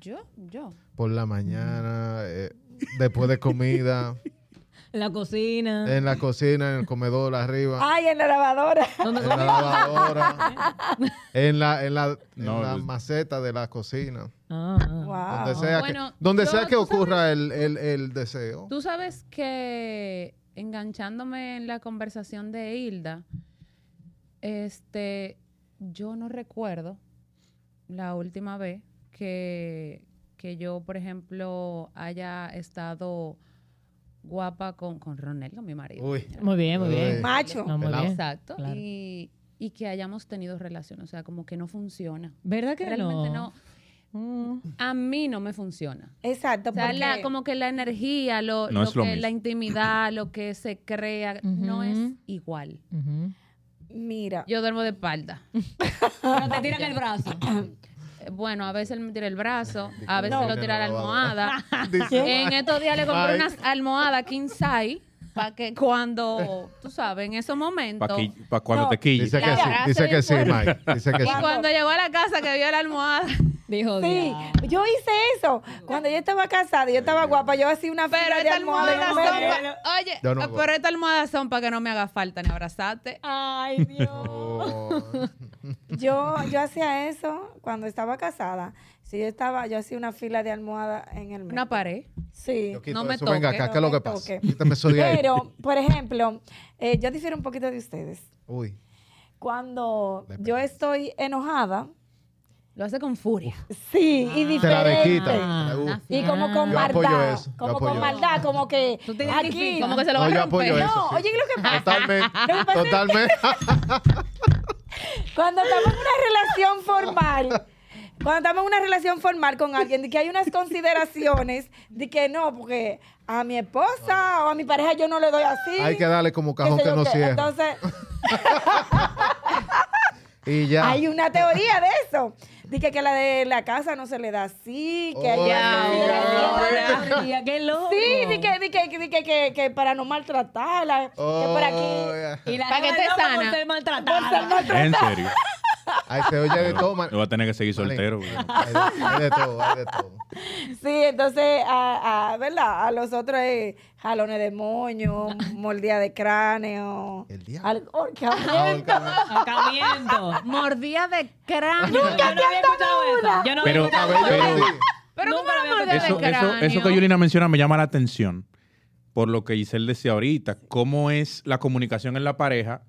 E: Yo, yo.
C: por la mañana, eh, después de comida,
D: En la cocina.
C: En la cocina, en el comedor, arriba.
B: Ay, en la lavadora.
D: donde
C: En la lavadora. En la, en la, en
A: No,
C: la
A: pues-
C: maceta de la cocina.
D: Ah, ah.
B: Wow.
C: Donde sea que,
E: Bueno,
C: donde
E: yo-
C: sea que
E: tú
C: ocurra el, el, el deseo.
E: Tú sabes que enganchándome en la conversación de Hilda, este, yo no recuerdo la última vez que, que yo, por ejemplo, haya estado guapa con, con Ronel, con mi marido.
C: Uy.
D: Muy bien, muy bien.
B: Macho.
D: No, muy
C: Pelado.
D: bien.
E: Exacto.
D: claro.
E: Y, y que hayamos tenido relación. O sea, como que no funciona.
D: ¿Verdad que
E: Realmente
D: no?
E: no.
D: Mm.
E: A mí no me funciona.
B: Exacto.
E: O sea,
B: porque-
E: la- como que la energía, lo,
A: No
E: lo
A: es lo
E: que-
A: mismo.
E: la intimidad, lo que se crea, no es
D: Ujú.
E: igual.
D: Ujú.
B: Mira.
E: Yo duermo de espalda.
D: Pero te tiran el brazo.
E: Eh, Bueno, a veces él me tira el brazo, a veces lo tira la
C: No.
E: almohada.
C: Dice-
E: En estos días le compré
C: Ay.
E: unas almohadas king size para que cuando, tú sabes, en esos momentos.
A: Para cuando
B: No.
A: te quille.
C: Dice que
E: La
C: sí,
E: abrazo
C: dice
E: bien
C: que sí,
E: fuerte.
C: Mike. Dice que
E: Y
C: sí.
E: cuando llegó a la casa que vio la almohada,
D: Dijo
B: Sí,
D: "Diablo".
B: yo hice eso. Cuando yo estaba casada, yo estaba guapa, yo hacía una
E: pero
B: fila de
E: esta
B: almohada.
E: almohada son pa- Oye,
C: Yo no puedo.
E: pero esta almohada son para que no me haga falta ni abrazarte.
D: Ay, Dios.
C: Oh.
B: Yo, yo hacía eso cuando estaba casada. Si yo estaba, yo hacía una fila de almohada en el
E: Una
B: metro.
E: pared.
B: Sí.
C: Yo quito
E: No me
C: eso, Venga
E: toque,
C: acá,
B: no
C: ¿qué es lo
B: me
C: que pasa?
B: toque.
C: Quítame eso de ahí.
B: Pero, por ejemplo, eh, yo difiero un poquito de ustedes.
C: Uy.
B: Cuando yo estoy enojada,
E: Lo hace con furia.
B: sí, y
C: Te la
B: diferente.
C: desquita.
D: Ah,
C: Uh.
B: Y como con
D: Yo
C: apoyo
B: maldad.
C: eso, yo
B: Como
C: apoyo
B: con
C: eso.
B: maldad, como que
E: Tú te
B: aquí.
E: identificas. Como que se lo va a
C: No, yo
E: romper.
C: apoyo eso.
B: No,
C: sí.
B: oye, lo que pasa.
C: Totalmente.
B: Lo que pasa es
C: Totalmente.
B: Cuando estamos en una relación formal, cuando estamos en una relación formal con alguien, de que hay unas consideraciones de que no, porque a mi esposa o a mi pareja yo no le doy así.
C: Ah. Hay que darle como
B: qué
C: cajón
B: sé
C: que
B: yo
C: no
B: qué.
C: cierra.
B: Entonces,
C: Y ya.
B: hay una teoría de eso. Dice que, que la de la casa no se le da así, que
C: Oye,
B: allá no se le da así.
C: ahora.
D: María, qué loco.
B: Sí, di que, di que, di que, que, que para no maltratarla, que por
C: Oh,
B: aquí.
C: ya.
D: Y la
E: Pa' que
D: jeva
E: esté
D: loca
E: sana.
D: Por ser
B: por ser
D: maltratada.
B: maltratada.
A: En serio.
C: Ahí se oye de todo, man.
A: Yo voy a tener que seguir soltero. güey.
C: Hay de- hay de todo, hay de todo.
B: Sí, entonces, a, a- ¿verdad? A los otros es jalones de moño, mordida de cráneo.
C: El diablo. Ah,
B: al- ahorcamiento.
C: Ahorcame.
D: Acamiento.
E: Mordida de cráneo.
D: Nunca te han dado una. Yo no
A: Pero-
D: había
C: A ver,
D: escuchado
C: pero
D: eso.
C: sí.
E: Pero ¿cómo
D: Nunca
E: la
D: había
E: mordida
D: tocado.
A: Eso,
E: de
A: eso,
E: cráneo?
A: eso que Yulina menciona me llama la atención por lo que Giselle decía ahorita. ¿Cómo es la comunicación en la pareja?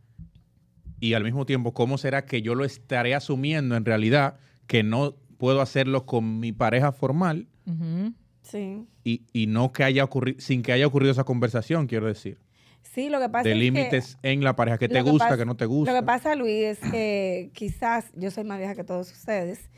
A: Y al mismo tiempo, ¿cómo será que yo lo estaré asumiendo en realidad que no puedo hacerlo con mi pareja formal
D: Ujú.
B: Sí.
A: y, y no que haya ocurrido, sin que haya ocurrido esa conversación, quiero decir?
B: Sí, lo que pasa
A: De
B: es que-
A: límites en la pareja, que te
B: lo que
A: gusta,
B: pasa-
A: que no te
B: Lo que
A: gusta.
B: pasa, Luis, es que quizás yo soy más vieja que todos ustedes.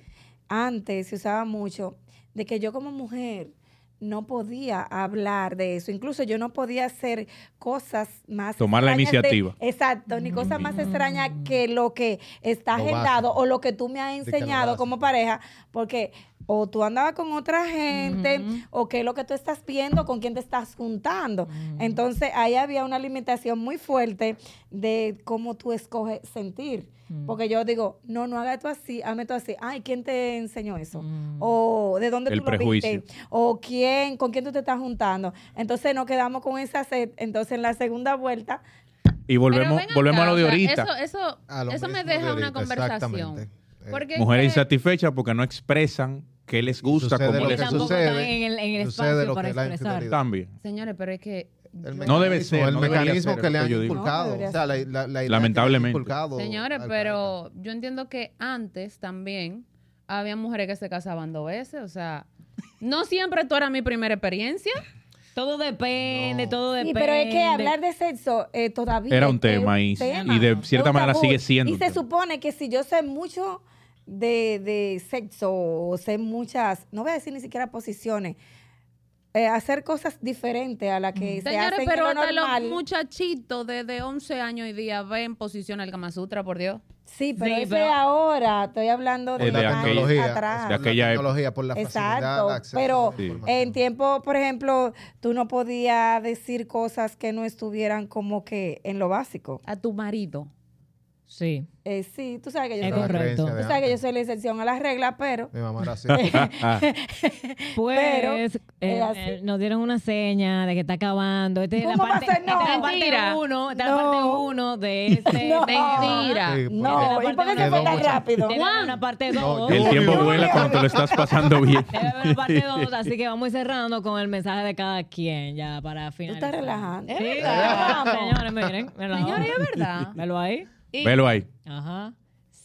B: Antes se usaba mucho de que yo como mujer no podía hablar de eso. Incluso yo no podía hacer cosas más.
A: Tomar la
B: extrañas de-
A: iniciativa.
B: exacto, ni cosas más extrañas que lo que está
C: Mm. Lo
B: agendado
C: básico.
B: o lo que tú me has
C: De que lo
B: enseñado como
C: básico.
B: pareja, porque o tú andabas con otra gente, o qué es lo que tú estás viendo, con quién te estás juntando. Entonces ahí había una limitación muy fuerte de cómo tú escoges sentir. Porque yo digo, no, no haga esto así, hazme esto así. Ay, ¿quién te enseñó eso? O ¿de dónde
A: El
B: tú lo
A: prejuicio.
B: viste? O ¿quién, con quién tú te estás juntando? Entonces nos quedamos con esa sed. Entonces en la segunda vuelta,
A: Y volvemos,
E: Pero ven
A: volvemos
E: acá,
A: a lo de
E: o sea,
A: ahorita.
E: Eso,
C: A
E: eso,
C: lo
E: eso me
C: mismo de
E: deja una
C: ahorita,
E: conversación.
C: exactamente. Eh,
E: Porque
A: Mujeres
E: es que-
A: insatisfechas porque no expresan qué les gusta,
C: Sucede
A: cómo
C: lo
A: les
C: que
D: Tampoco
A: gusta.
D: están
C: sucede,
D: en el- en el
C: sucede
D: espacio
C: lo que
D: para
C: es la
D: expresar.
C: infidelidad.
A: También.
E: Señores, pero es que.
C: El
E: yo-
A: No debe
C: mecanismo,
A: ser,
C: El
A: no debería
C: mecanismo
A: ser,
C: que le
A: es lo que yo
C: han
A: digo.
C: inculcado.
B: No, debería
C: o sea, la, la- la idea que le han
A: Lamentablemente.
C: inculcado
E: Señores,
C: al planeta.
E: pero yo entiendo que antes también había mujeres que se casaban dos veces. O sea, no siempre tú era mi primera experiencia.
D: Todo depende,
C: No.
D: todo
B: Sí,
D: depende.
B: pero es que hablar de sexo eh, todavía
A: Era un
B: es
A: tema y- y de
B: Es
A: cierta
B: un
A: manera
B: tabú.
A: sigue siendo
B: Y
A: un
B: se
A: tema.
B: supone que si yo sé mucho de, de sexo o sé muchas, no voy a decir ni siquiera posiciones, eh, hacer cosas diferentes a las que se
E: Señores,
B: hacen
E: pero
B: en lo
E: hasta
B: normal.
E: los muchachitos de, de 11 años y día ven posición al Kama Sutra, por Dios.
B: Sí, pero
D: Sí,
B: eso
D: pero-
B: es ahora, estoy hablando de,
A: Eh,
C: por
A: de
C: la
B: años
A: aquella-
C: tecnología,
B: atrás.
A: de
C: por la
A: aquella época.
C: tecnología, por la facilidad,
B: Exacto,
C: de acceso a la
B: pero
C: información.
B: en tiempo, por ejemplo, tú no podías decir cosas que no estuvieran como que en lo básico.
E: A tu marido.
D: Sí,
B: Eh, sí, tú sabes que yo
D: es
C: Esa la
B: soy,
D: correcto.
C: creencia de
B: tú sabes que yo
C: antes.
B: soy la excepción a la regla, pero
C: Mi mamá era así.
A: Ah,
D: pues
B: Pero,
D: eh,
B: es así.
D: eh, nos dieron una seña de que está acabando. Esta es la
B: ¿Cómo va a
D: parte,
B: ser? No.
D: esta es la parte
E: Mentira.
D: uno, esta es
B: No.
D: la parte uno de este.
B: No.
E: Mentira.
C: Sí,
B: no,
D: porque-
B: ¿y por qué se
C: Quedó
B: fue tan
C: mucho.
B: rápido?
D: Debe haber una parte
C: No,
D: dos.
C: yo-
A: El tiempo vuela cuando te lo estás pasando bien.
D: Debe haber una parte dos, así que vamos a ir cerrando con el mensaje de cada quien ya para
B: Tú
D: finalizar.
B: estás relajando.
D: Sí,
E: verdad.
D: vamos, señores, miren. míralo ahora.
E: Señores, es verdad.
D: Velo ahí.
E: Y
A: Velo ahí.
D: Ajá.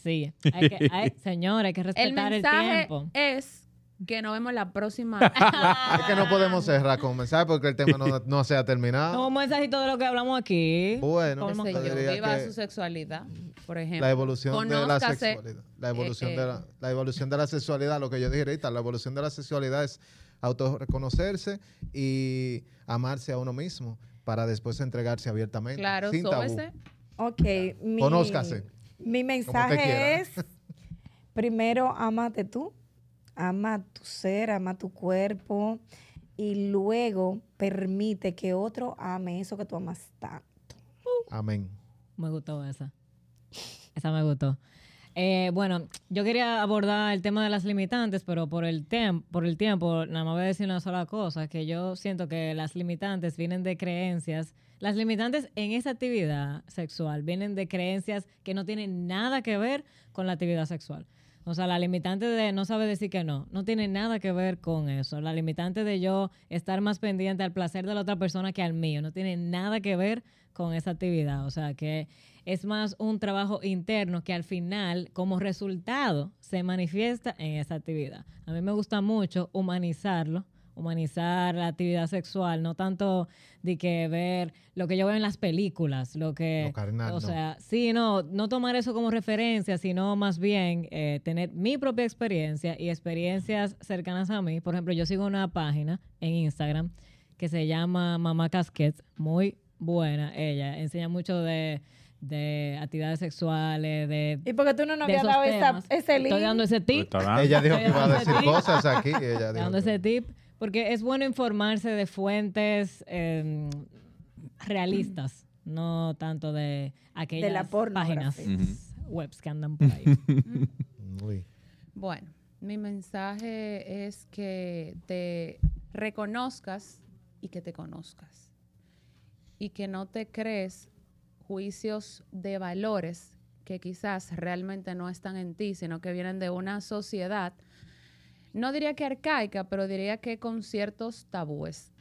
D: Sí. Hay que, hay- señores, hay que
E: el
D: respetar el,
E: mensaje
D: tiempo.
E: es que nos vemos la próxima.
C: Es que no podemos cerrar con mensaje porque el tema no, no se ha
D: No,
C: terminado.
D: un mensajito de lo que hablamos aquí.
C: Bueno,
E: Qué
C: yo
E: sé yo,
C: diría
E: viva
C: que
E: su sexualidad, por ejemplo.
C: la evolución de la
E: Conózcase.
C: sexualidad. La evolución,
E: eh,
C: de la, la evolución de la sexualidad, lo que yo dije ahorita, la evolución de la sexualidad es autorreconocerse y amarse a uno mismo para después entregarse abiertamente.
E: Claro,
C: sin tabú.
E: sóbese.
B: Ok, mi,
C: Conózcase.
B: Mi
C: quiera.
B: mensaje es, primero, amate tú, ama tu ser, ama tu cuerpo y luego permite que otro ame eso que tú amas tanto.
C: Amén.
D: Me gustó esa. Esa me gustó. Eh, bueno, yo quería abordar el tema de las limitantes, pero por el, tem- por el tiempo, nada más voy a decir una sola cosa, que yo siento que las limitantes vienen de creencias. Las limitantes en esa actividad sexual vienen de creencias que no tienen nada que ver con la actividad sexual. O sea, la limitante de no sabe decir que no, no tiene nada que ver con eso. La limitante de yo estar más pendiente al placer de la otra persona que al mío, no tiene nada que ver con esa actividad. O sea, que es más un trabajo interno que al final, como resultado, se manifiesta en esa actividad. A mí me gusta mucho humanizarlo, humanizar la actividad sexual, no tanto de que ver lo que yo veo en las películas, lo que...
C: Lo carnal,
D: o
C: no.
D: sea, sea, sí, no, no tomar eso como referencia, sino más bien eh, tener mi propia experiencia y experiencias cercanas a mí. Por ejemplo, yo sigo una página en Instagram que se llama Mamá Casquet, muy buena ella, enseña mucho de, de actividades sexuales, de...
B: ¿Y porque tú no nos
D: de
B: habías
D: esos
B: dado esa,
D: temas.
B: ese link?
D: Estoy dando ese
A: Lo
D: tip.
A: está dando.
C: Ella dijo que
D: Estoy
C: iba a
D: dando
C: decir
D: ese tip.
C: cosas aquí. Ella dijo
D: dando
C: que-
D: ese tip, porque es bueno informarse de fuentes eh, realistas, no tanto de aquellas
B: pornografía.
D: páginas webs que andan por ahí.
C: Uy.
E: Bueno, mi mensaje es que te reconozcas y que te conozcas. Y que no te crees juicios de valores que quizás realmente no están en ti, sino que vienen de una sociedad, no diría que arcaica, pero diría que con ciertos tabúes.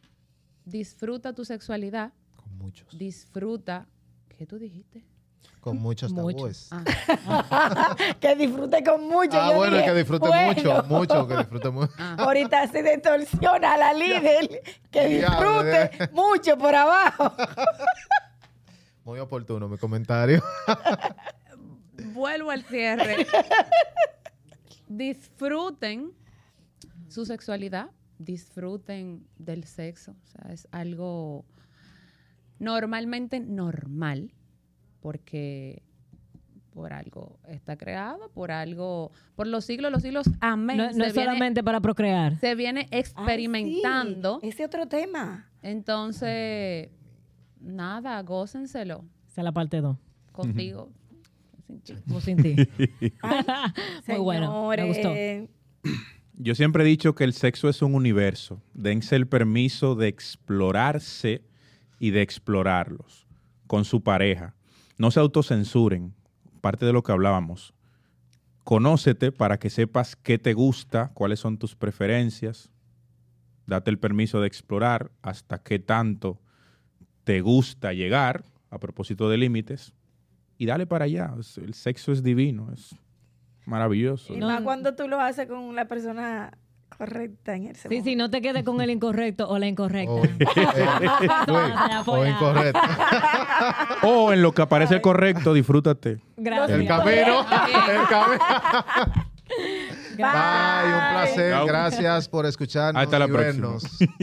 E: Disfruta tu sexualidad,
C: Con muchos.
E: disfruta... ¿Qué tú dijiste?
C: Con muchos tabúes.
D: Muchos.
E: Ah.
B: que disfrute con mucho.
C: Ah,
B: yo
C: bueno,
B: dije,
C: que disfrute
B: bueno.
C: mucho, mucho, que disfrute mucho.
E: ah.
B: Ahorita se distorsiona la líder. Que
C: Diablo,
B: disfrute mucho por abajo.
C: Muy oportuno mi comentario.
E: vuelvo al cierre. disfruten su sexualidad, disfruten del sexo. O sea, es algo normalmente normal, porque por algo está creado, por algo, por los siglos, los siglos, amén.
D: No, no
E: se,
D: es
E: viene,
D: solamente para procrear.
E: se viene experimentando.
B: Ay, sí, Ese otro tema.
E: Entonces, nada, gócenselo
D: Esa es la parte 2.
E: contigo.
D: Como sin ti. Muy bueno. Me gustó.
B: Señores,
A: Yo siempre he dicho que el sexo es un universo. Dense el permiso de explorarse y de explorarlos con su pareja. No se autocensuren, parte de lo que hablábamos. Conócete para que sepas qué te gusta, cuáles son tus preferencias. Date el permiso de explorar hasta qué tanto te gusta llegar, a propósito de límites, y dale para allá. Es- El sexo es divino, es maravilloso.
B: Y
D: No,
B: más
D: no.
B: cuando tú lo haces con la persona correcta en el
D: Sí,
B: segundo.
D: sí, no te quedes con el incorrecto o la incorrecta.
C: O, Luis, o eh, incorrecto.
A: O en lo que aparece el correcto, disfrútate.
D: Gracias.
C: El camino. El camino.
B: Bye.
C: Bye, un placer.
A: Chao.
C: Gracias por escucharnos
A: Hasta la
C: y
A: próxima.
C: vernos.